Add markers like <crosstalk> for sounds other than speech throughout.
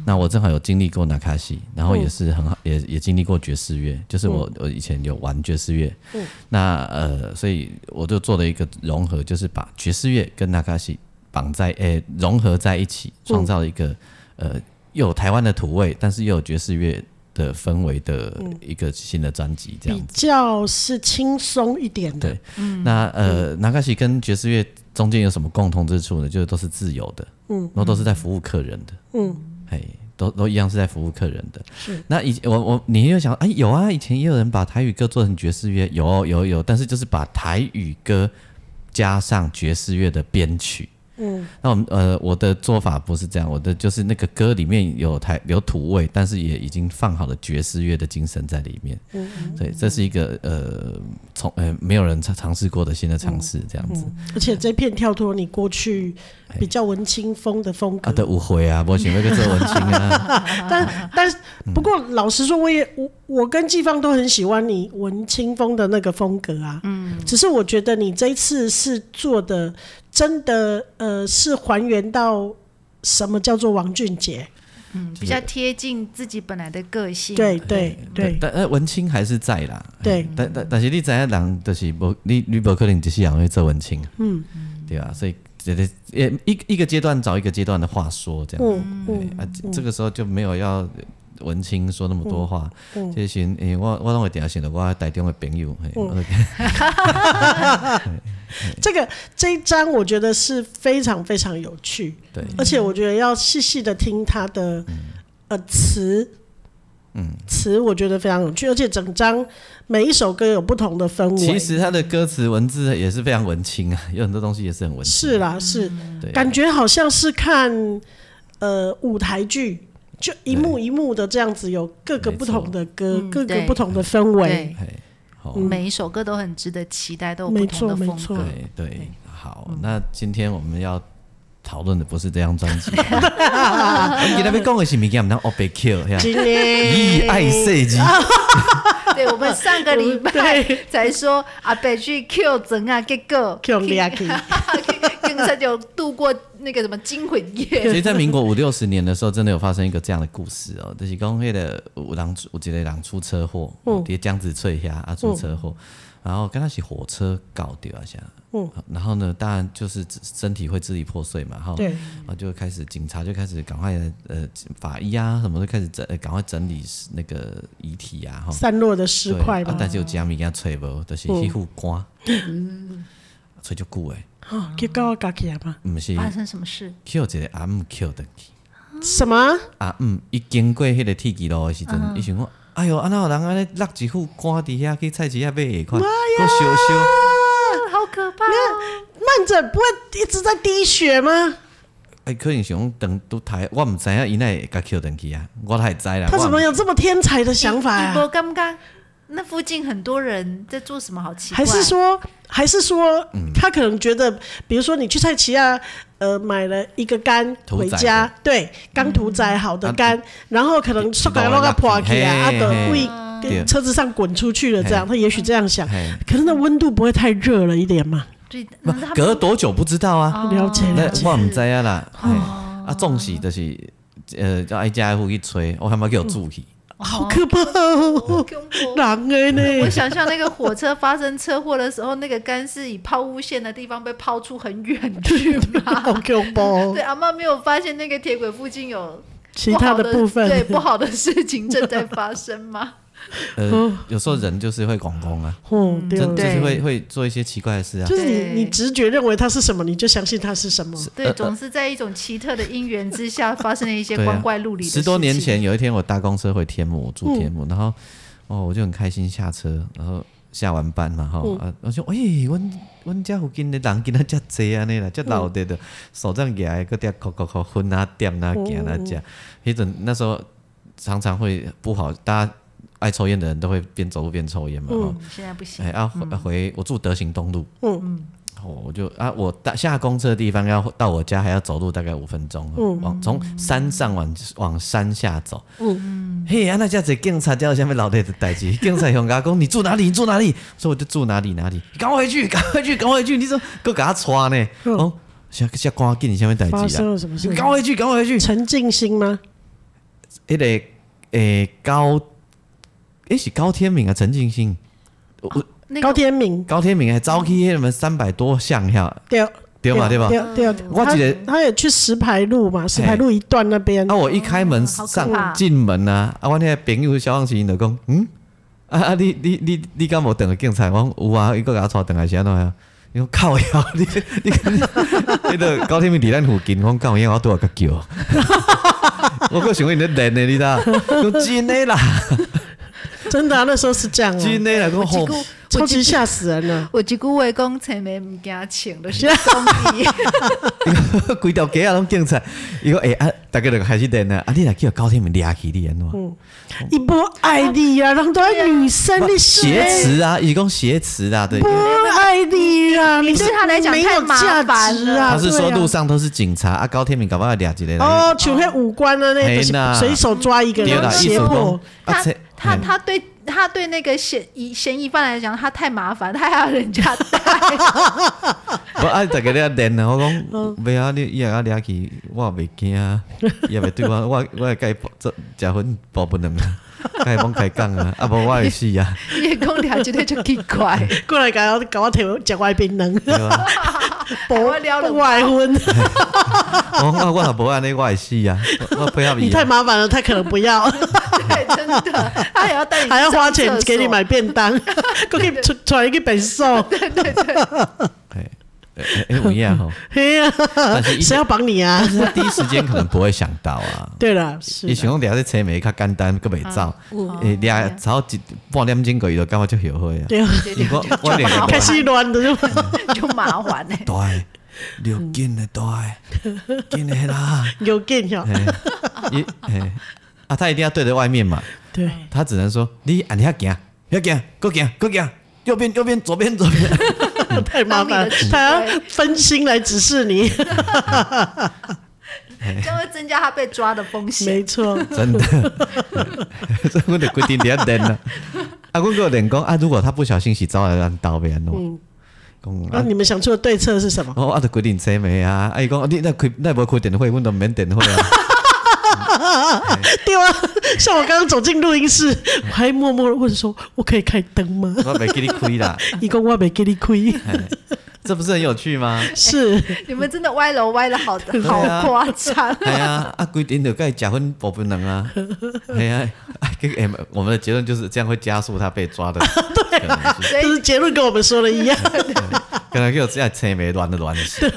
那我正好有经历过那卡西，然后也是很好，也也经历过爵士乐，就是我、我以前有玩爵士乐，那呃，所以我就做了一个融合，就是把爵士乐跟纳卡西绑在诶、融合在一起，创造一个、呃又有台湾的土味，但是又有爵士乐的氛围的一个新的专辑这样比子。较是轻松一点的，对，那呃，纳卡西跟爵士乐中间有什么共同之处呢？就是都是自由的，嗯，然后都是在服务客人的，嗯，哎，都都一样是在服务客人的。是，那以我我你又想，哎，有啊，以前也有人把台语歌做成爵士乐，有有有，但是就是把台语歌加上爵士乐的编曲。嗯，那我们呃，我的做法不是这样，我的就是那个歌里面有台有土味，但是也已经放好了爵士乐的精神在里面。嗯，对，这是一个呃，从呃没有人尝尝试过的新的尝试，嗯这样子。而且这片跳脱你过去比较文青风的风格啊，。的误会啊，我想要去做文青啊，但但是嗯不过老实说，我也我我跟季芳都很喜欢你文青风的那个风格啊。嗯，只是我觉得你这一次是做的真的呃，是还原到什么叫做王俊杰？嗯，比较贴近自己本来的个性。对对 <laughs> 对嗯但，但但文青还是在啦。对但但但是你知影人就是无你你无可能一世人会做文青，嗯，对啊，所以觉得也一一个阶段找一个阶段的话说这样子，嗯对啊，这这个时候就没有要文青说那么多话，嗯这些因为我我拢会定想到我台中的朋友，<laughs> 嘿，我就这个这一章我觉得是非常非常有趣，对，嗯而且我觉得要细细的听他的、呃词，嗯，词我觉得非常有趣，而且整张每一首歌有不同的氛围。其实他的歌词文字也是非常文青啊，有很多东西也是很文青，是嗯啦，是对啊，感觉好像是看呃舞台剧，就一幕一幕的这样子，有各个没不错同的歌，嗯各个对不同的氛围。对，嘿，好。每一首歌都很值得期待，都有不同的没错风格。没对嗯对，嗯好，那今天我们要讨论的不是这张专 <laughs> 辑，我今天要讲的是物件，唔当 o b e Q，今天 <laughs> 以爱设计，对，我们上个礼拜才说阿北去 Q 整啊，结果 Q <laughs> 俩 Q，跟着就度过那个什么惊魂夜。其实，在民国五六十年的时候，真的有发生一个这样的故事哦，就是讲迄个有人有一个人出车祸，伫江子翠下啊出车祸，然后刚开始火车搞掉啊下，然后呢，当然就是身体会支离破碎嘛，哈，对然后就开始警察就开始赶快呃法医啊什么就开始整呃赶快整理那个遗体啊，哈，散落的石对块啊嘛，，但是有一样物件找无，就是迄副肝，找就久诶，哦，给高我搞起来嘛？毋是发生什么事？捡一个阿姆捡倒去，什么？阿姆伊经过迄个铁轨路诶时阵，嗯伊想讲，哎哟，安那有人安尼落一副肝伫遐去菜市遐买诶款，搁烧烧，好可怕、哦！慢着，不会一直在滴血吗？哎，可能想讲等拄台，我毋知影伊奈会甲捡倒去啊，我哪会知啦，他怎么有这么天才的想法你呀、不尴尬？那附近很多人在做什么？好奇怪！还是说，还是说，嗯他可能觉得，比如说你去菜奇亚，呃，买了一个肝屠回宰的嗯家，对，刚屠宰好的肝，然后可能说给弄个破起来，啊，嘿的嘿胃对车子上滚出去了，这样，他也许嗯这样想，嘿可是那温度不会太热了一点嘛？对，我难道他们隔多久不知道啊？哦了解那了解，我毋知啊影啦，嘿啊，总是就是呃，叫爱家爱户去吹，我感觉叫我煮去，好可怕哦，恐怖狼哎我呢，<laughs> 想象那个火车发生车祸的时候，那个杆是以抛物线的地方被抛出很远去好嘛。恐怖哦 <laughs> 对，，阿妈没有发现那个铁轨附近有其不他好的部分对不好的事情正在发生吗？ <laughs> 呃，有时候人就是会拱拱啊，哦，对哦真就对是会会做一些奇怪的事啊。就是对你你直觉认为它是什么，你就相信它是什么。对，总是在一种奇特的因缘之下，发生了一些对啊光怪陆离的事情。嗯十多年前有一天，我搭公车回天母，我住天母，然后哦，我就很开心下车，然后下完班嘛，哈、嗯啊，我就哎，阮阮家附近的人今仔遮济安尼啦，遮闹热的，手杖举来，搁嗲扣扣扣分啊点啊行啊食，迄阵嗯那时候常常会不好，大家爱抽烟的人都会边走路边抽烟嘛，吼嗯，现在不行哎、。啊回、回我住德行东路，嗯嗯，哦我就啊我搭下公车的地方要到我家还要走路大概五分钟，嗯，往从山上往往山下走，嗯，嘿啊那这样子警察叫下面老爹的代志，警察向我讲你住哪里你住哪里，所以我就住哪里哪里，赶快回去 <laughs> 赶快去赶快去，你说给我给他抓呢，哦，下下赶紧下面代啊发志生啦，了什么事你？赶快去赶快去，陈静心吗？迄、个诶、高，诶、是高天明啊陈静心。我我那高个天明，高天明还招去迄什么三百多项呀，对对啊嘛对吧？嗯对对，对我记得，他也去石牌路嘛，石牌路一段那边啊，，我一开门哎好可怕上进门啊，啊，我那个朋友消防员就讲，嗯，啊啊，你你你你敢无等个警察？我讲有啊，伊个甲我带等来是安怎样？伊讲靠呀，你你， <laughs> 迄个高天明伫咱附近，我讲有影，我拄啊甲叫。我搁想讲 <laughs> 你咧练的，你知道？讲真的啦，真的啊，那时候是这嗯样啊，真的啦，讲几吼乎，超级吓死人啊了。我一句话讲，前面唔惊穿，就是中医。哎 <laughs> 规条街啊拢警察。伊讲哎啊，大家就开始练啊，啊，你若叫高天明掠起你安怎？嗯哦一波爱丽啊，人都爱女生的挟持啊，伊讲挟持啊，对不。嗯爱丽啊，你对他来讲没有太麻价烦值了啊。他是说对啊路上都是警察啊，高天明搞不好俩几个人。哦，取回五官的那嘿个呐随手抓一个哎对人啦胁一手迫工，他啊这他嗯他对他对那个嫌疑嫌疑犯来讲，他太麻烦，他还要人家带。 <laughs> 我啊，大家咧练啊，我讲袂啊，你伊也掠去，我也袂惊啊，伊也袂对我，我我会甲伊做食薰包不能啊，甲伊帮开讲啊，啊无我会死啊，叶公俩绝对就奇 <laughs> 怪，过来搞搞我腿脚外冰冷，对吧？不我撩了外婚，我讲啊我若无安尼，我会死啊，我我配合你伊太啊。麻烦了，他可能不 <laughs> 要，对，真的，他还要带你， <laughs> 还要花钱给你买。便当， <laughs> 过去传传一个本寿，哎哎哎，有影吼， <laughs> 嘿呀，但是伊谁要绑你啊？他第一时间可能不会想到啊。对了，是伊想讲掠这车眉较简单，佫袂走，诶，掠超一半点钟过伊就感觉就后悔啊。对，伊讲我连开始乱的就 <laughs> 就麻烦欸呢、大诶，六斤的大诶，紧的啦。有劲哦，嘿伊嘿啊，他一定要对着外面嘛，对，他只能说你按遐行，遐行，搁行，搁行，右边，右边，左边，左 <laughs> 边。太麻烦了嗯当他要你的指挥，分心来指示 <laughs> 你，这样会增加他被抓的风险。没错，真的，所以阮就规定伫遐练啊。啊，阮有练讲啊，如果他不小心是走来咱兜要安怎？讲那啊，你们想出的对策是什么？我啊，就规定车眉啊，啊，伊讲啊你那开那无开电话，阮都毋免电话啊。对啊， <laughs> 像我刚刚走进录音室，我还默默的问说：“我可以开灯吗？”我袂给你开啦，一共我没给你亏，哎这不是很有趣吗？是你们真的歪楼歪的 <laughs> 好好对啊夸张，哎呀，啊，规定就该假婚保不能 <laughs> 啊！哎呀，啊这个哎我们的结论就是这样会加速他被抓 <laughs> 的啊可能就所性。是以结论跟我们说的一样，可能给我这样车眉乱的乱 <laughs> 死，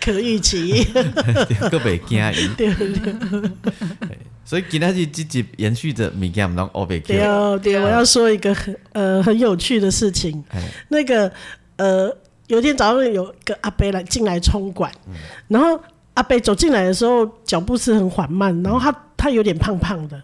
可预 <laughs> 期。个袂惊伊。对 <laughs> 所以今天是积极延续着物件，唔通我被对 Q。哦，对，我要说一个很呃很有趣的事情哎。那个呃，有一天早上有个阿伯来进来冲管，嗯然后阿伯走进来的时候脚步是很缓慢，然后嗯他他有点胖胖的，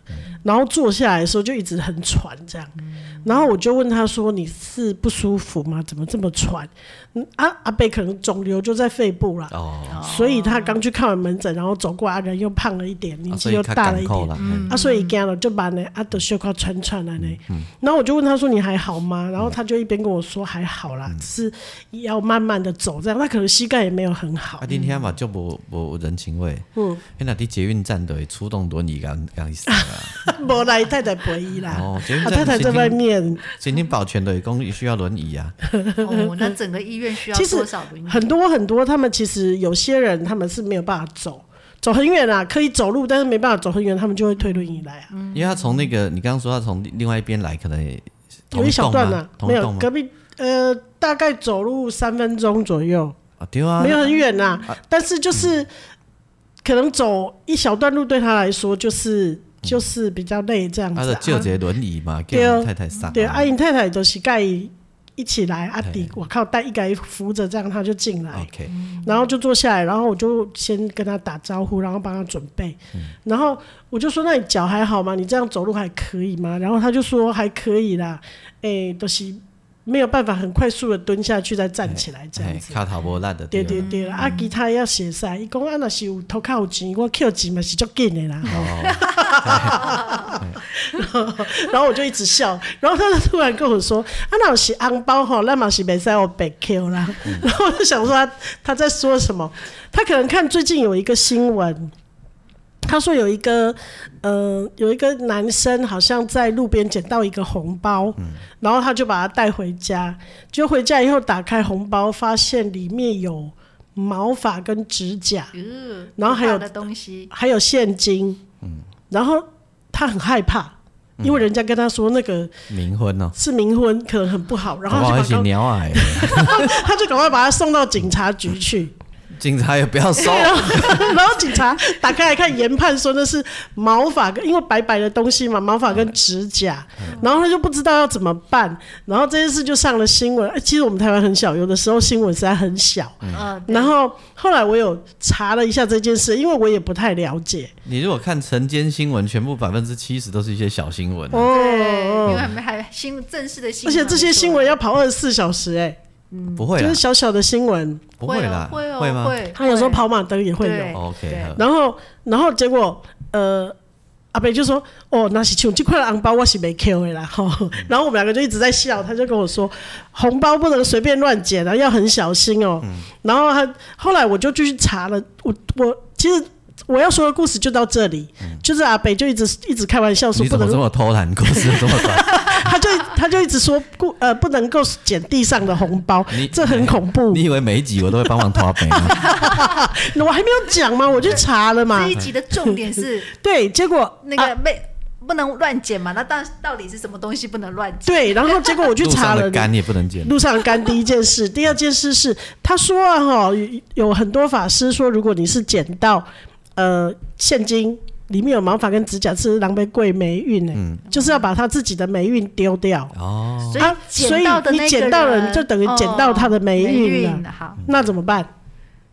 然后坐下来的时候就一直很喘这样，嗯然后我就问他说：“你是不舒服吗？怎么这么喘？”嗯啊，阿伯可能肿瘤就在肺部啦。哦，所以他刚去看完门诊，然后走过来，啊人又胖了一点，年啊纪所又以他大了港一口点，啦。啊，所以干了就把呢啊的袖口穿穿了呢。然后我就问他说：“你还好吗？”然后他就一边跟我说：“还好嗯啦，只是要慢慢的走，这样他可能膝盖也没有很好啊，。今天嘛就无无人情味。嗯，那伫捷运站就会出动轮椅伊讲讲伊啥啊？ <laughs> 嗯无来太太陪伊啦，哦，捷运啊，站太太在行外天面，行天保全的工需要轮椅啊，哦，那整个医院需要其实多少轮椅？很多很多，他们其实有些人他们是没有办法走，走很远啊，可以走路，但是没办法走很远，他们就会推轮椅来啊，因为他从那个你刚刚说他从另外一边来，可能也有一小段啊同没一栋吗同一有栋吗隔壁呃，大概走路三分钟左右，啊对啊，没有很远呐、但是就是、可能走一小段路对他来说就是就是比较累这样嗯他子、的啊。就个轮椅嘛，对叫太太上对，阿啊。英太太都膝盖一起来，阿嘿哦迪我靠带一个人扶着这样他就进来， OK，然后就坐下来，然后我就先跟他打招呼，然后帮他准备，嗯然后我就说：“那你脚还好吗？你这样走路还可以吗？”然后他就说：“还可以啦，哎，都是没有办法很快速的蹲下去再站起来这样哎，子。”卡塔波烂的对对对了对啦，啊，其他要写晒，伊讲啊，若是有头壳有钱，我扣钱嘛是足紧的啦。 <laughs> 哦，然后我就一直笑，然后他就突然跟我说：“啊，那有是红包吼，那嘛是没在我被 Q 啦。然后我就想说他他在说什么？他可能看最近有一个新闻，他说有一个呃有一个男生好像在路边捡到一个红包，然后他就把它带回家，就回家以后打开红包，发现里面有毛发跟指甲。呃然后还有大的东西，还有现金，然后他很害怕，因为人家跟他说那个冥婚哦，是冥婚，可能很嗯不 <laughs> 好，然后哇，他一就起赶快鸟 <laughs> 啊，哎他就赶快把他送到警察局去，警察也不要收，然后警察打开来看，研判说那是毛发跟因为白白的东西嘛，毛发跟指甲，然后他就不知道要怎么办，然后这件事就上了新闻。哎，其实我们台湾很小，有的时候新闻实在很小。嗯，然后后来我有查了一下这件事，因为我也不太了解。你如果看晨间新闻，全部百分之七十都是一些小新闻、啊哦对，哦因为还没还新正式的而新闻还没出来，且这些新闻要跑二十四小时、不哎，会啊就啦是，小小的新闻，不会啦，会哦吗？哦会，他有时候跑马灯也会有。对 OK，好然后，然后结果，呃，阿北就说：“哦，那是像这块的红包我是没 Q 的啦。”吼，嗯然后我们两个就一直在笑，他就跟我说：“红包不能随便乱捡啊，要很小心嗯哦。然后他后来我就继续查了，我我其实。我要说的故事就到这里，就是阿北就一直一直开玩笑说嗯你不怎么能这么偷懒？故事这么 <laughs> 短，他就他就一直说不呃不能够捡地上的红包你，这很恐怖你。以为每一集我都会帮忙拖背 <laughs> 吗？我还没有讲嘛，我去查了嘛这一。集的重点是对，结果那啊个被不能乱捡嘛，那到到底是什么东西不能乱捡？对，然后结果我去路查上了的。肝也不能捡，路上干第一件事，第二件事是他说啊哈，有有很多法师说，如果你是捡到呃现金里面有毛发跟指甲，是狼狈贵霉运呢，嗯就是要把他自己的霉运丢掉。哦，所啊以捡到所的以那你个哦捡到了你就等于捡到他的霉啊霉运了好，那怎么办？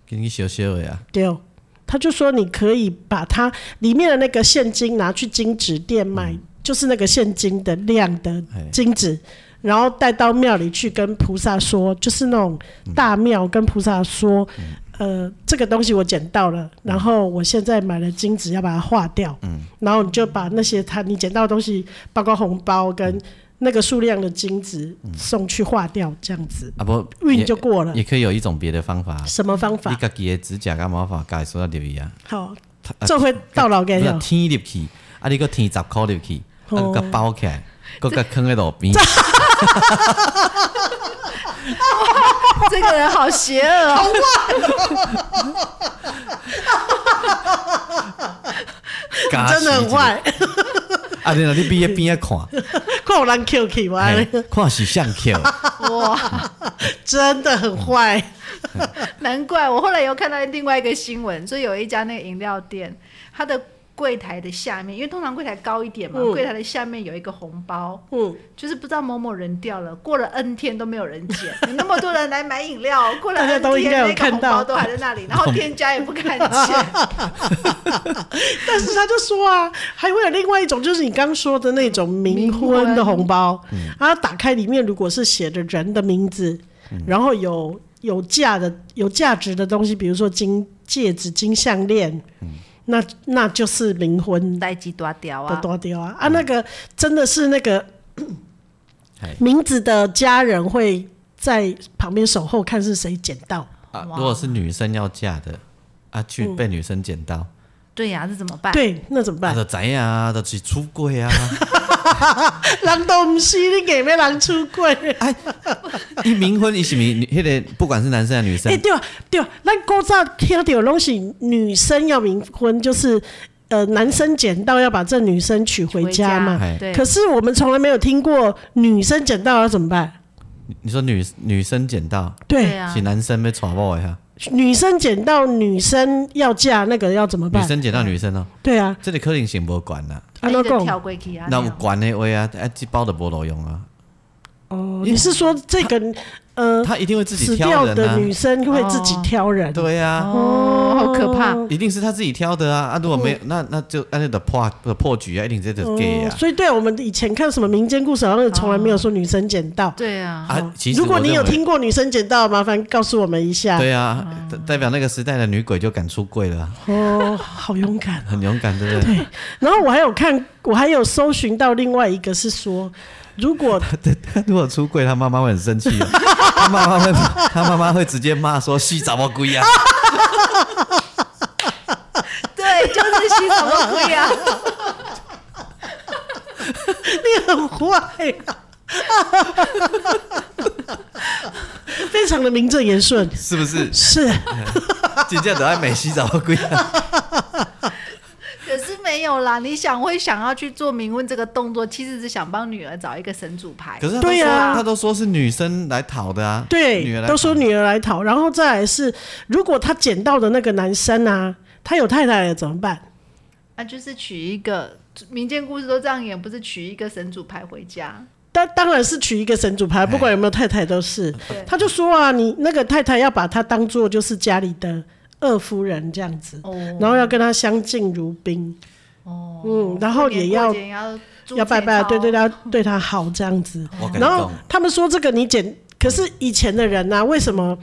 给你修修呀。对哦，他就说你可以把它里面的那个现金拿去金纸店买，就是那个现金的量的嗯哎金纸，然后带到庙里去跟菩萨说，就是那种大庙跟菩萨说，嗯呃，这个东西我捡到了，然后我现在买了金纸要把它化掉，嗯然后你就把那些他你捡到的东西，包括红包嗯跟。那个数量的金子送去化掉，这样子啊不，运也就过了。也可以有一种别的方法，什么方你法？家己的指甲跟毛发改说到入去啊，好啊，这回到老给不你是哦。添入去，啊你个添十块入去，啊哦个包起来，个个坑在路边，这个人好邪恶哦， <laughs> 真的很坏， <laughs> 啊你若你边一边一看，看有人 Q Q 啊，嘿看是相 <laughs> 扣，哇，真的很坏。难怪我后来有看到另外一个新闻，说有一家那个饮料店，它的柜台的下面，因为通常柜台高一点嘛，嗯柜台的下面有一个红包，嗯，就是不知道某某人掉了，过了 N 天都没有人捡， <laughs> 有那么多人来买饮 <laughs> 料，过了大家 N 都应天该有那个看红到包都还在那里，然后店家也不敢捡， <laughs> 但是他就说啊，还会有另外一种，就是你刚说的那种冥婚的红包，啊，打开里面如果是写着人的名字，然后有有价的有价值的东西，比如说金戒指、金项链，那那就是冥婚代机多掉的啊，多丢啊啊，那个真的是那个嘿名字的家人会在旁边守候，看是谁捡到。啊哇如果是女生要嫁的，啊去被女生捡到，对呀、这怎么办？嗯对，那怎么啊，办？就知影啊，就是出柜啊， <laughs> 人都不是你给没人出柜？哎，伊冥婚伊是冥，迄个不管是男生还是女哎、生，对啊，对啊，咱古早听到拢是女生要冥婚，就是呃男生捡到要把这女生娶回家嘛。哎对，可是我们从来没有听过女生捡到要怎么办？你说女女生捡到，对，对啊是，男生被抓爆一下，女生捡到女生要嫁，那个要怎么女办？生捡到女生哦，对啊，这里可能性无管啦，阿那老个公跳过去啊，那这有样管的话啊，哎，这包的无路用啊，哦，你是说这个呃他一定会自死己掉挑人的啊，女生会自己挑人？对啊，哦，好可怕，一定是他自己挑的啊，啊，如果嗯没有，那那就按那的破就破局啊，一定这就 gay 哦啊，所以对我们以前看什么民间故事，好像从来没有说女生捡到。对啊，啊，其哦实如果我你认有为听过女生捡到，麻烦告诉我们一下。对啊，代代表那个时代的女鬼就敢出柜了啊，哦，好勇敢。很勇敢，对不对？ <laughs> 然后我还有看，我还有搜寻到另外一个是说，如 <laughs> 果 <laughs> 如果出柜，他妈妈会很生气哦， <laughs> 他妈妈会，他妈妈会直接骂说：“西怎么 <laughs> 鬼啊对，就是洗什么鬼啊， <laughs> 你很坏、啊， <laughs> 非常的名正言顺！”。是不是？是，今天都爱美西怎么鬼啊？可是没有啦。你想会想要去做明问这个动作，其实是想帮女儿找一个神主牌可。是他都对啊说他都说是女生来讨的啊，女对，儿来都讨说女儿来讨，然后再来是，如果他捡到的那个男生啊，他有太太了怎么办？那、就是娶一个民间故事都这样演，不是娶一个神主牌回家？当当然是娶一个神主牌，不管有没有太太都是。 <laughs> 他就说啊，你那个太太要把她当做就是家里的二夫人这样子，哦，然后要跟她相敬如宾，哦，嗯，然后也要过年过节要祝要拜拜，节操对对，要对她好这样子。我跟你然后讲，他们说这个你捡，可是以前的人呢、啊为什么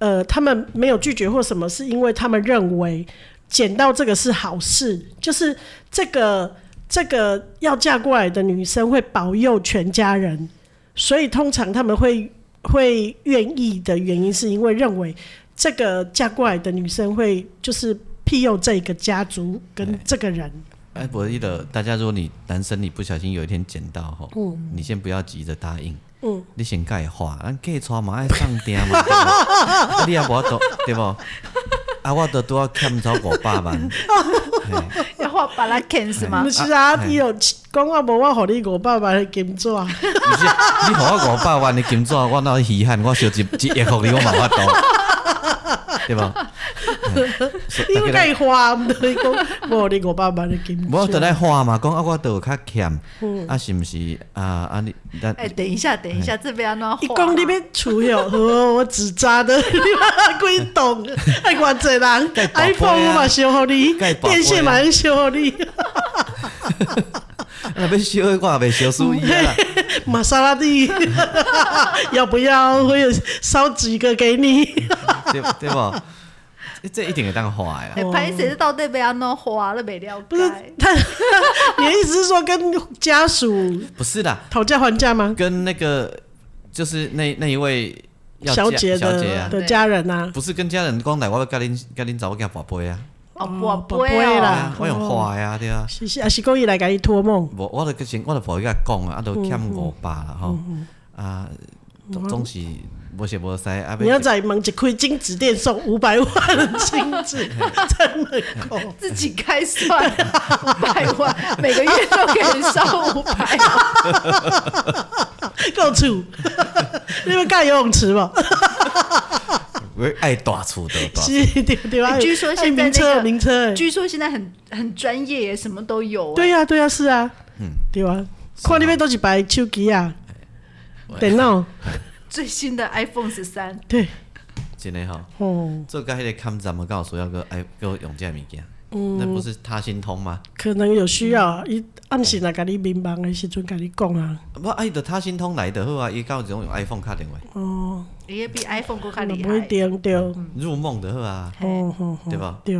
呃他们没有拒绝或什么？是因为他们认为捡到这个是好事，就是这个这个要嫁过来的女生会保佑全家人，所以通常他们会会愿意的原因，是因为认为这个嫁过来的女生会就是庇佑这个家族跟这个人。哎，我记得大家，如果你男生你不小心有一天捡到吼，你先不要急着答应，嗯，啊你先改话，咱嫁娶嘛爱 <laughs> 上定嘛，对不啊你也无懂对不？啊，我都都要欠超五百万， <laughs> 要画巴拉 Ken 是吗不？是啊，伊有讲我无我互你啊五百万的金纸。 <laughs> 不是，你给我五百万的金纸，我哪有遗憾？我烧一一亿互你，我嘛法度，对吧？ <laughs> 你应该花，毋对伊讲， <laughs> 无你五百万的金无就纸。来话嘛，讲啊，我都有较欠，啊是毋是啊啊你咱哎、等一下，等一下，这边要乱画。伊讲你要厝 <laughs> 哟，呵，我纸扎的， <laughs> 你妈鬼懂， <laughs> 爱偌济人盖宝贝啊，iPhone 我嘛烧互你，盖宝贝啊电线嘛烧互你， <laughs> 啊要烧的我也袂烧输伊啊，玛莎拉蒂， <laughs> 要不要？我也烧几个给你。 <laughs> 对 <laughs> 对无？这这一定会当啊话的啦哎，拍谁是到底被安弄花了没了解？不是他，你的意思是说跟家属不是啦，讨价还价吗？跟那个就是那那一位要小嫁姐小的姐啊，的家人啊，不是跟家人讲来，我要甲恁甲恁查某囝跋杯啊，哦，哦不会宝贝对啦哦，啊，我用话呀，对啊。是是，啊是故意来给你托梦。无，我就先，我就抱伊甲讲啊，啊，都欠五百啦嗯吼，啊，总总是无是无使啊，你要要在门一开金子店送五百万的金子 <laughs> 在门口， <laughs> 自己开算五百万，每个月都给你烧五 <laughs> 百 <laughs> 万，够处， <laughs> 你们盖游泳池吧？我爱大厝的大，是，对对吧？据说现在哎名那车个名车，哎据说现在很很专业耶，什么都有。对，呀对呀是啊，嗯对吧？看那边都是白手机啊，电脑，最新的 iPhone 十三，对，真的吼，哦，做甲迄个看站嘛，告诉要个爱个用这物件，嗯那不是他心通吗？可能有需要，伊暗时来甲你民房的时阵甲你讲啊，我爱的他心通来的好啊，伊到这种用 iPhone 卡电话哦，也比 iPhone 更加那嗯厉不一害。定对，哦入梦的好啊，哦对吧对，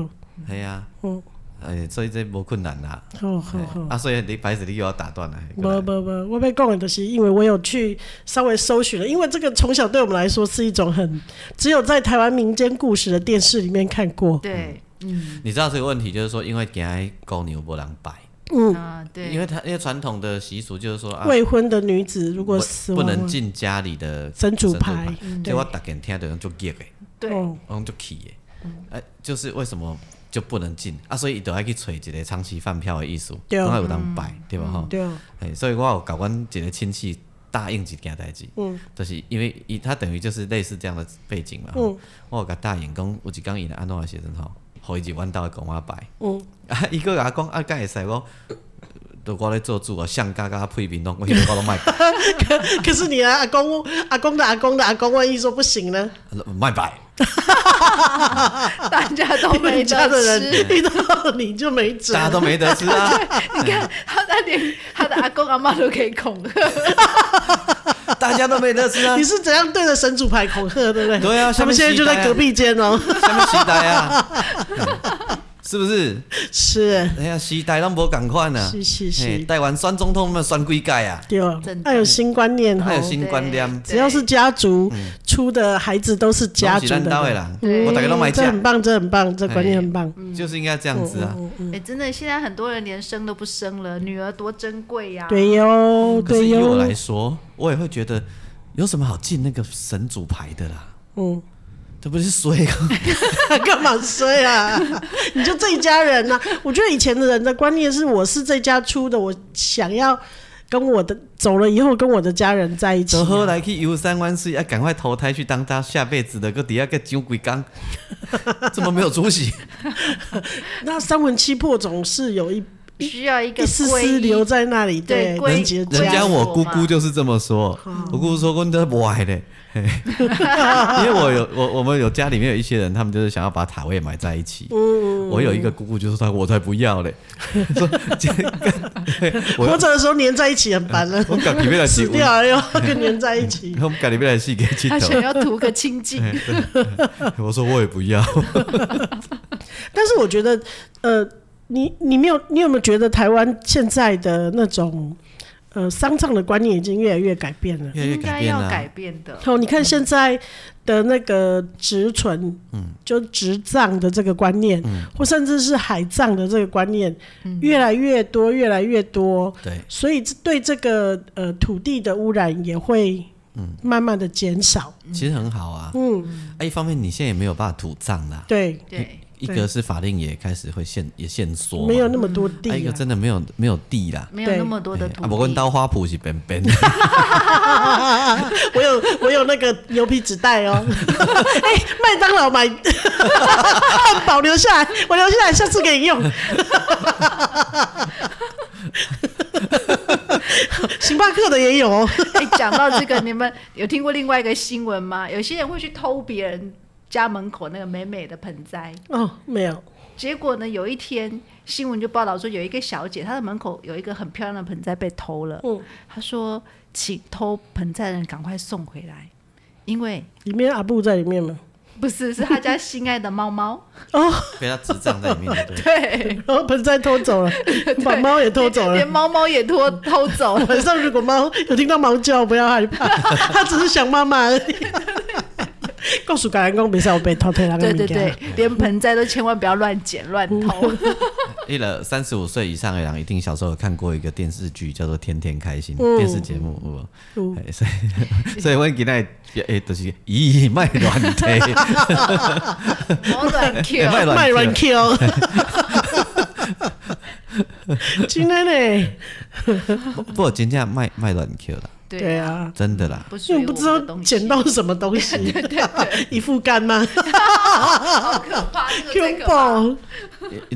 系啊，嗯，哦哎，所以这无困难啦，好好好嘿。啊，所以你白子你又要打断了，嘿过不来不不，我被讲的就是因为我有去稍微搜寻了，因为这个从小对我们来说是一种很只有在台湾民间故事的电视里面看过，对，嗯，你知道这个问题就是说，因为给他公牛不狼摆，嗯啊，对，因为他因为传统的习俗就是说啊，未婚的女子如果不死不亡能了，进家里的神主牌嗯对我打给听的人就 g 诶，对，哦然后就气诶，嗯哎，就是为什么就不能进啊？所以都要去找一个长期饭票的艺术，对然后有人摆，对吧？吼，对啊，哎，所以我有搞阮一个亲戚答应一件代志，嗯就是因为伊他等于就是类似这样的背景嘛，嗯我有甲答应讲，有一工伊来安怎的时阵吼，互伊入阮兜的公仔拜，嗯， <laughs> 啊，伊佫甲我讲啊，敢会使我，都我咧做主啊，相加加配面拢，我我拢卖 <laughs> 可是你的啊阿公阿公的阿公的阿公，万一说不行呢？卖拜，大家都哦没哦人家得的吃。人遇到你就没辙大，家都没得吃 <laughs> 啊，你看他他连他的阿公阿妈都可以恐吓，大家都没得吃啊你，是怎样对着神主牌恐吓，对不对？对啊他们现在就在隔壁间哦。 <laughs> 什么期待啊？ <laughs> 是不是？是，哎呀，时代拢无共款啊！是是是嘿台湾选总统嘛选几届啊？对哦真，的还有新观念哦哈还，有新观念，只要是家族出的孩子都是家拢族是咱兜的的，人，对我大家都买嗯这价很，棒，这很棒，这观念哎很棒。就是应该这样子啊。嗯哎、真的，现在很多人连生都不生了，女儿多珍贵呀、对哟，可是对以我哟来，说，我也会觉得有什么好进那个神主牌的啦？嗯， <laughs> 这不是 <laughs> 衰吗？干嘛衰啊？ <laughs> 你就这一家人呐、啊我觉得以前的人的观念是，我是这家出的，我想要跟我的走了以后跟我的家人在一起走。后来去游山玩水，要啊赶快投胎去当他下辈子的个底下个酒鬼缸， <laughs> 这么没有出 <laughs> 息？那三魂七魄总是有一需要一个一丝皈丝依留在那里，对对，归人人结人家痂。我姑姑就是这么哦说，我姑姑说温德不爱嘞，嘿 <laughs> 因为我有我我们有家里面有一些人，他们就是想要把塔位埋在一起。嗯我有一个姑姑就是说，我才不要嘞，说这个我活着的时候粘在一起很烦了，我搞里面 <laughs> 来死掉了又跟粘在一起。 <laughs> 我们家里面来戏给 <laughs> 剃他头，想要图个清 <laughs> 净，我说我也 <laughs> 不要。但是我觉得，呃，你你没有，你有没有觉得台湾现在的那种呃丧葬的观念已经越来越改变了？越来越应改该变啊要了、改变的。哦，你看现在的那个植存，嗯，就植葬的这个观念，或甚至是海葬的这个观念，越来越多，越来越多，对，所以这对这个呃土地的污染也会慢慢的减少。其实很好啊。嗯，啊，一方面你现在也没有办法土葬啦，对，对，一个是法令也开始会限也限缩嘛，没有那么多地、啊，一个啊。真的没有没有地啦。没有那么多的嘿土啊，不过地。刀花圃是边边， <laughs> 我有我有那个牛皮纸袋 <laughs> 哦，哎、麦当劳买 <laughs> 汉堡留下来，我留下来，下次给你用。 <laughs> 星巴克的也有哦，哎、讲到这个，你们有听过另外一个新闻吗？有些人会去偷别人家门口那个美美的盆栽，哦没有，结果呢，有一天新闻就报道说，有一个小姐她的门口有一个很漂亮的盆栽被偷了。嗯她说，请偷盆栽的人赶快送回来，因为里面阿布在里面吗？不是是她家心爱的猫猫。 <laughs> 被他执掌在里面，对， <laughs> 对，然后哦盆栽偷走 <laughs> 了，把猫也偷走了连。猫猫也偷偷 <laughs> 走了。晚上如果猫有听到猫叫，不要害怕， <laughs> 它只是想妈妈而已。 <laughs> 告诉感人公，别让我被偷偷那个对物对件对，连盆栽都千万不要乱捡乱 <laughs> 偷。 <laughs> 一了三十五岁以上的人，一定小时候有看过一个电视剧，叫做《天天开心》嗯电视节目，有无嗯有哎所以 <laughs> 所以我今天诶，就是咦，卖乱 <laughs> 提，我乱 Q，卖啊卖乱软提， Q。今天呢？不不过真正卖卖乱 Q 啦，对对，啊，真的啦。不属因于为我不们知的道东西捡到什么东西， <laughs> 一副干吗好可怕，这个最？Q <laughs> 可怕。爆，嗯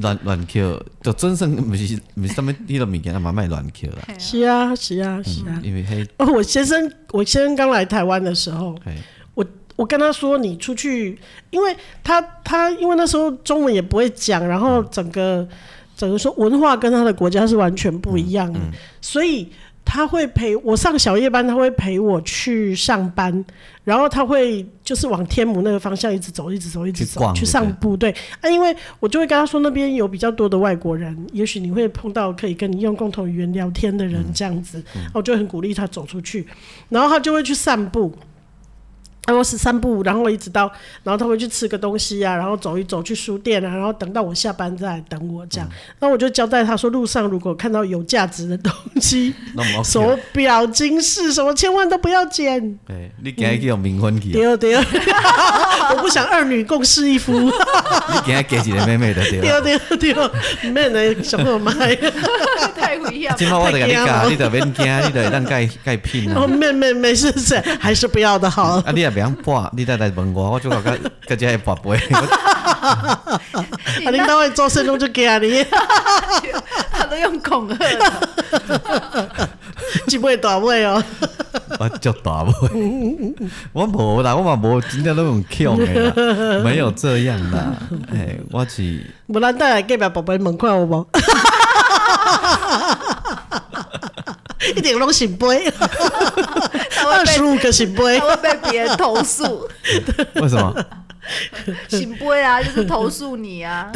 乱乱 Q，就真算毋是毋是啥物迄落物件，嘛卖啊乱 Q 啦。是啊，是啊，是啊嗯。因为迄哦，我先生，我先生刚来台湾的时候，嘿我我跟他说你出去，因为他他因为那时候中文也不会讲，然后嗯整个整个说文化跟他的国家是完全不一样的，嗯所以他会陪我上小夜班，他会陪我去上班，然后他会就是往天母那个方向一直走，一直走，一直去走，逛去就对上部队啊，因为我就会跟他说那边有比较多的外国人，也许你会碰到可以跟你用共同语言聊天的嗯啊人这样子，我就很鼓励他走出去，然后他就会去散步。然后是散步，然后一直到，然后他会去吃个东西啊，然后走一走，去书店啊，然后等到我下班再来等我这样。那、我就交代他说，路上如果看到有价值的东西，那么 OK 手表、金饰什么，千万都不要捡。哎，你今日去用冥婚去第啊，二，第二， <laughs> 我不想儿女共侍一夫。你今日嫁一个妹妹就对第了。二，第二，第二，没人小朋友买。太不一样今了。麦啊我就甲太你惊教，了你就免惊，你就会当改改聘哦，啊。没没没事是，还是不要的 <laughs> 好。啊，你也袂晓博，你再来问我，我就感觉个只会博杯。<laughs> 我啊，你待会做生弄就给啊你， <laughs> <laughs> 他都用恐吓的，几位短位哦。 <laughs> 我足大杯。我无啦，我嘛无真正都用强的啦，没有这样啦。哎，我是无咱倒来隔壁宝贝问看有无？ <laughs> 一定拢是 <laughs> 杯，他 <laughs> 二会十被五个是杯 <laughs> 他，会被别人投诉，为什么？ <laughs> 醒不会啊，就是投诉你啊。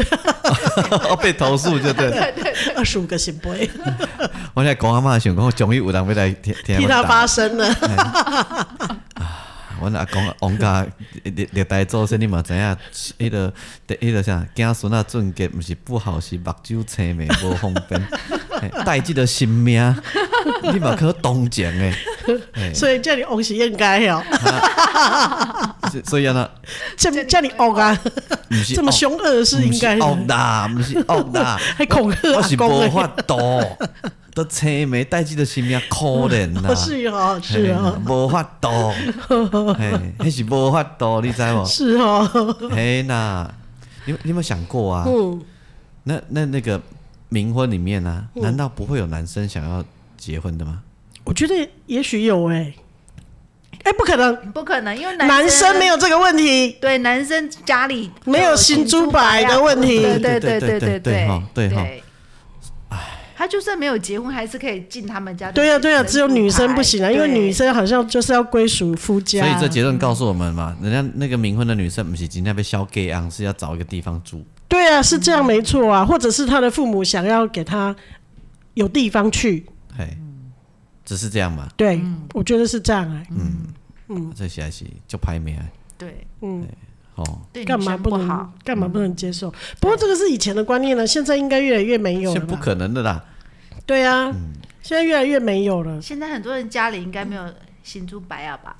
我被投诉就对了。二十五个是杯，我在讲阿妈想讲，终于有人要来听听替我他发打。声了。阮阿公王家历历代祖先，你嘛知影？迄个第迄个啥，囝孙仔俊杰，毋是不好，是目睭青 <laughs> 眉无方便，嘿带即个新命，你嘛可同情诶。 <laughs> 嘿所以叫你翁是应该 <laughs> 哦，所以所以安那，叫叫你翁啊，毋是这么恶，凶恶是应该毋是恶的，啦，毋是恶啦， <laughs> 还恐吓我阿是公无欸法度，都青眉带即个新命，可怜啦 <laughs> 哦。是哦，是哦，嘿，无法度，嘿，迄是无法度，你知无？是哦， <laughs> 嘿呐，你有你有没有想过啊？嗯，那那那个冥婚里面呢、啊，难道不会有男生想要结婚的吗？我觉得也许有哎，哎，不可能，不可能，因为男生没有这个问题，对男生家里没有新猪白的问题对对对对对对对对对哈对哈对。他就算没有结婚，还是可以进他们家的神主牌。对呀、对呀、只有女生不行啊，因为对女生好像就是要归属夫所家。以这结论告诉我们嘛，人家那个冥婚的女生不是今天被消 gay 昂，是要找一个地方住。对啊，是这样没错嗯啊，或者是他的父母想要给他有地方去，嘿，只是这样嘛，对、嗯我觉得是这样哎、这些还是就啊排名的对哦。对干女嘛生不不能好？嗯干嘛不能接受？不过这个是以前的观念了，啊现在应该越来越没有是了不吧？可能嗯的啦，对啊、现在越来越没有了。现在很多人家里应该没有新珠白啊吧？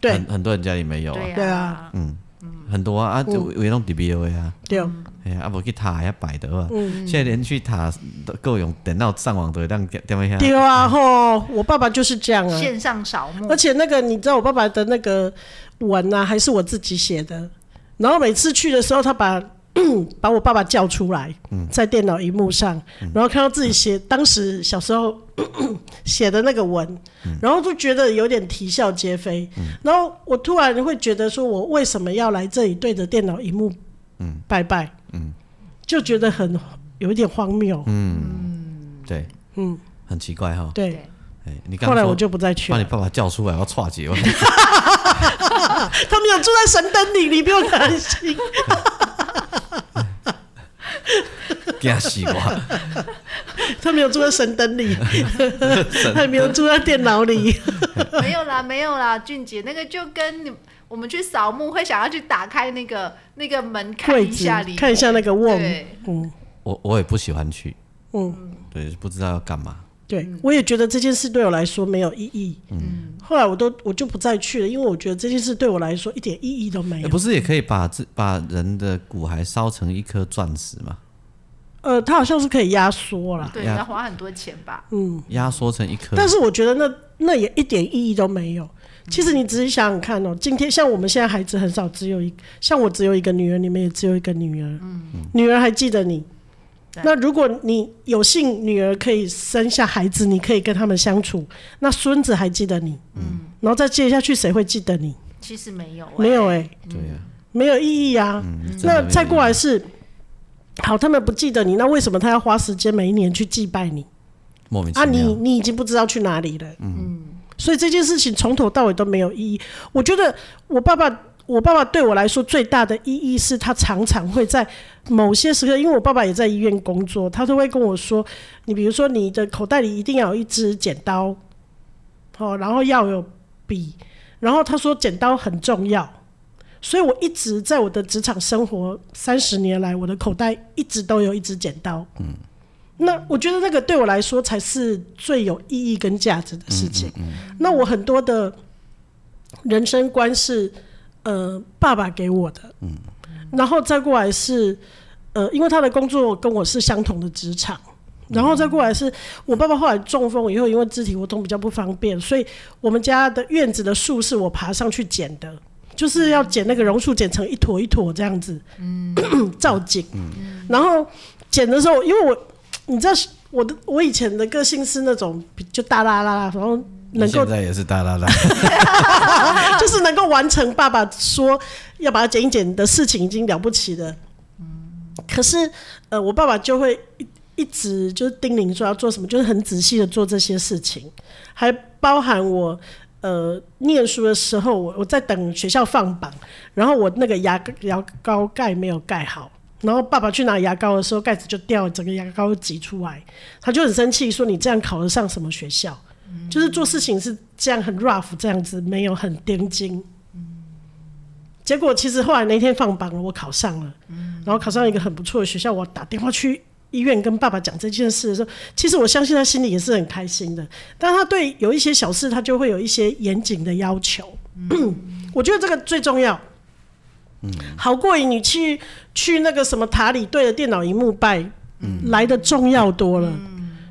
对很很多人家里没有啊，对啊啊，很多啊，啊，嗯就为弄 DBO 啊，对，哎呀，啊，无去塔遐摆的啊，嗯现在连去塔都够用电脑上网都会当点点一下，对啊吼，我爸爸就是这样啊。线上扫嗯墓而，且那个你知道我爸爸的那个文啊，还是我自己写的。然后每次去的时候，他把 <clears throat> 把我爸爸叫出来，嗯在电脑荧幕上，然后看到自己写当时小时候 <clears throat> 写的那个文，嗯然后就觉得有点啼笑皆非。然后我突然会觉得，说我为什么要来这里对着电脑荧幕嗯拜拜？就觉得很有一点荒谬。嗯对，嗯，很奇怪哈。对。对，哎，你刚后来我说就不再去把了你。爸爸叫出来，我要岔结婚。他们有住在神灯里，你不用担心。惊死 <laughs> 我！他没有住在神灯里，神他也没有住在电脑里。没有啦，没有啦，俊杰那个就跟你我们去扫墓会想要去打开那个那个门 <laughs> 看柜一子下里面，看一下那个瓮，对嗯我我也不喜欢去，嗯，对，不知道要干嘛。对，我也觉得这件事对我来说没有意义。嗯，后来我都我就不再去了，因为我觉得这件事对我来说一点意义都没哎，有。不是也可以把自把人的骨骸烧成一颗钻石嘛？呃，它好像是可以压缩啦，对，呀要花很多钱吧？嗯，压缩成一颗。但是我觉得那那也一点意义都没有。其实你仔细想想看哦，今天像我们现在孩子很少，只有一像我只有一个女儿，你们也只有一个女儿，女儿还记得你。对那如果你有幸女儿可以生下孩子，你可以跟他们相处，那孙子还记得你，嗯，然后再接下去谁会记得你？其实没有欸，没有哎、对呀，没有意义啊。嗯那再过来，是，好，他们不记得你，那为什么他要花时间每一年去祭拜你？真的没有意义莫名啊其你，你妙。已经不知道去哪里了。嗯，所以这件事情从头到尾都没有意义。我觉得我爸爸，我爸爸对我来说最大的意义是他常常会在某些时刻，因为我爸爸也在医院工作，他都会跟我说，你比如说你的口袋里一定要有一支剪刀，哦，然后要有笔，然后他说剪刀很重要，所以我一直在我的职场生活三十年来，我的口袋一直都有一支剪刀。嗯，那我觉得那个对我来说才是最有意义跟价值的事情。那我很多的人生观是呃爸爸给我的，嗯，然后再过来是呃，因为他的工作跟我是相同的职场。然后再过来是我爸爸后来中风以后，因为肢体活动比较不方便，所以我们家的院子的树是我爬上去捡的，就是要捡那个榕树，剪成一坨一坨这样子，嗯， <clears throat> 造景。然后剪的时候，因为我你知道我的我以前的个性是那种比就大啦啦啦，然后能够现在也是大 <laughs> 啦啦，就是能够完成爸爸说要把它剪一剪的事情，已经了不起了。可是呃，我爸爸就会一一直就是叮咛说要做什么，就是很仔细的做这些事情，还包含我。呃，念书的时候，我我在等学校放榜，然后我那个牙牙膏盖没有盖好，然后爸爸去拿牙膏的时候，盖子就掉了，整个牙膏挤出来，他就很生气，说你这样考得上什么学校？就是做事情是这样很 rough，这样子没有很钉钉。结果其实后来那天放榜了，我考上了，然后考上一个很不错的学校。我打电话去医院跟爸爸讲这件事的时候，其实我相信他心里也是很开心的，但他对有一些小事他就会有一些严谨的要求。 <clears throat> 我觉得这个最重要。好过于你去去那个什么塔里对着电脑荧幕拜，来的重要多了。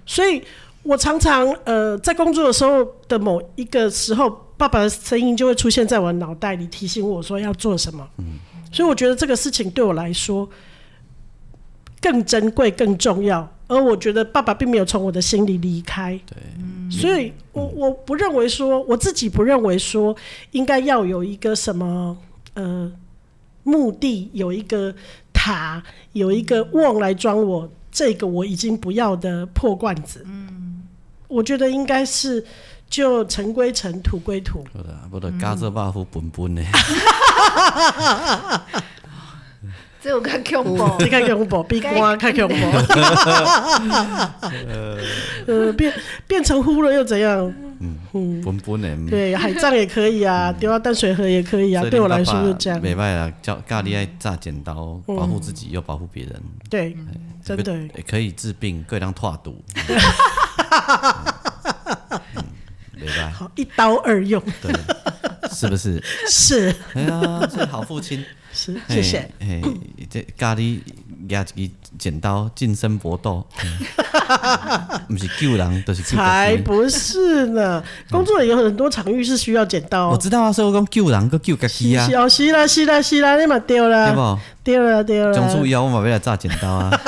所以我常常呃在工作的时候的某一个时候，爸爸的声音就会出现在我的脑袋里，提醒我说要做什么。所以我觉得这个事情对我来说更珍贵、更重要。而我觉得爸爸并没有从我的心里离开，对，所以我我不认为说我自己不认为说应该要有一个什么呃墓地有一个塔，有一个瓮来装我这个我已经不要的破罐子。嗯，我觉得应该是就尘归尘，土归土。我的我的嘎子爸夫本本呢，这有个 combo， <laughs> 你看恐怖，闭关看恐 <laughs> 怖。呃，变变成糊了又怎样？嗯本本呢。嗯对，海葬也可以啊，丢到淡水河也可以啊。嗯所以对我你爸来说爸就这样。嗯没办法，教咖喱爱炸剪刀，保护自己又保护别人，对，嗯真的。也可以治病，可以当拓 <laughs> 毒。嗯没办法，好，一刀二用，对，是不是？是哎呀，这好父亲，是， <laughs> 谢谢。嘿。嘿这咖喱拿一支剪刀近身搏斗，嗯 <laughs> 不是救人，都、就是救才自己。不是呢，工作也有很多场域是需要剪刀嗯我哦。知道啊，所以我讲救人，佮救家己啊是，哦，是啦，是啦，是啦，你嘛丢对啦，不？丢啦，丢从此啦。以后，我嘛要来炸剪刀啊！ <laughs>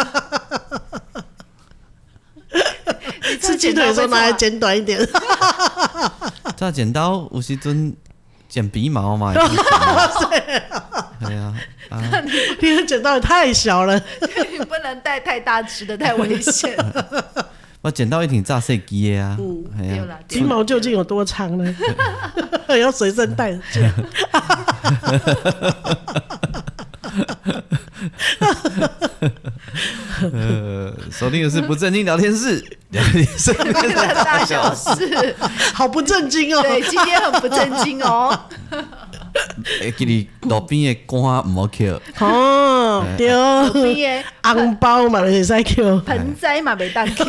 吃鸡腿的时候拿来剪短一点，炸剪刀有时阵剪鼻毛 <laughs> 嘛，也是剪啊对啊， <laughs> 因为剪刀也太小了。你不能带太大只的，太危险。 <laughs> 我剪刀一挺炸碎机的啊，哎对呀，啦，鼻毛究竟有多长呢？ <laughs> 要随身带着。呃，收听的是不正经聊天室， <laughs> 聊天室对啦对啦大小事，好不正经哦。 <laughs> 对，今天很不正经哦。会记哎你路边的瓜唔 <laughs> 好捡，哦，对，毕业红包嘛，也在 <laughs> Q，盆栽嘛没当 <laughs> Q，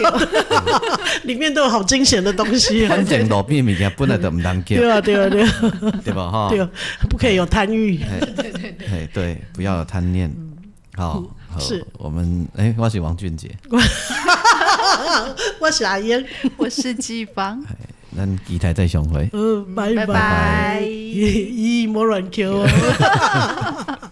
里面都有好惊险的东西啊。反正路边的物件本来就唔当捡 <laughs> 对，啊，对啊，对啊，对吧？哈，对啊，不可以有贪欲。哎，对，不要有贪念。好，好嗯是我们哎，我是王俊杰，我是阿燕，我是季芳，咱期待再相会。嗯，拜 <laughs> 拜拜。拜。咦，摸软 Q 哦。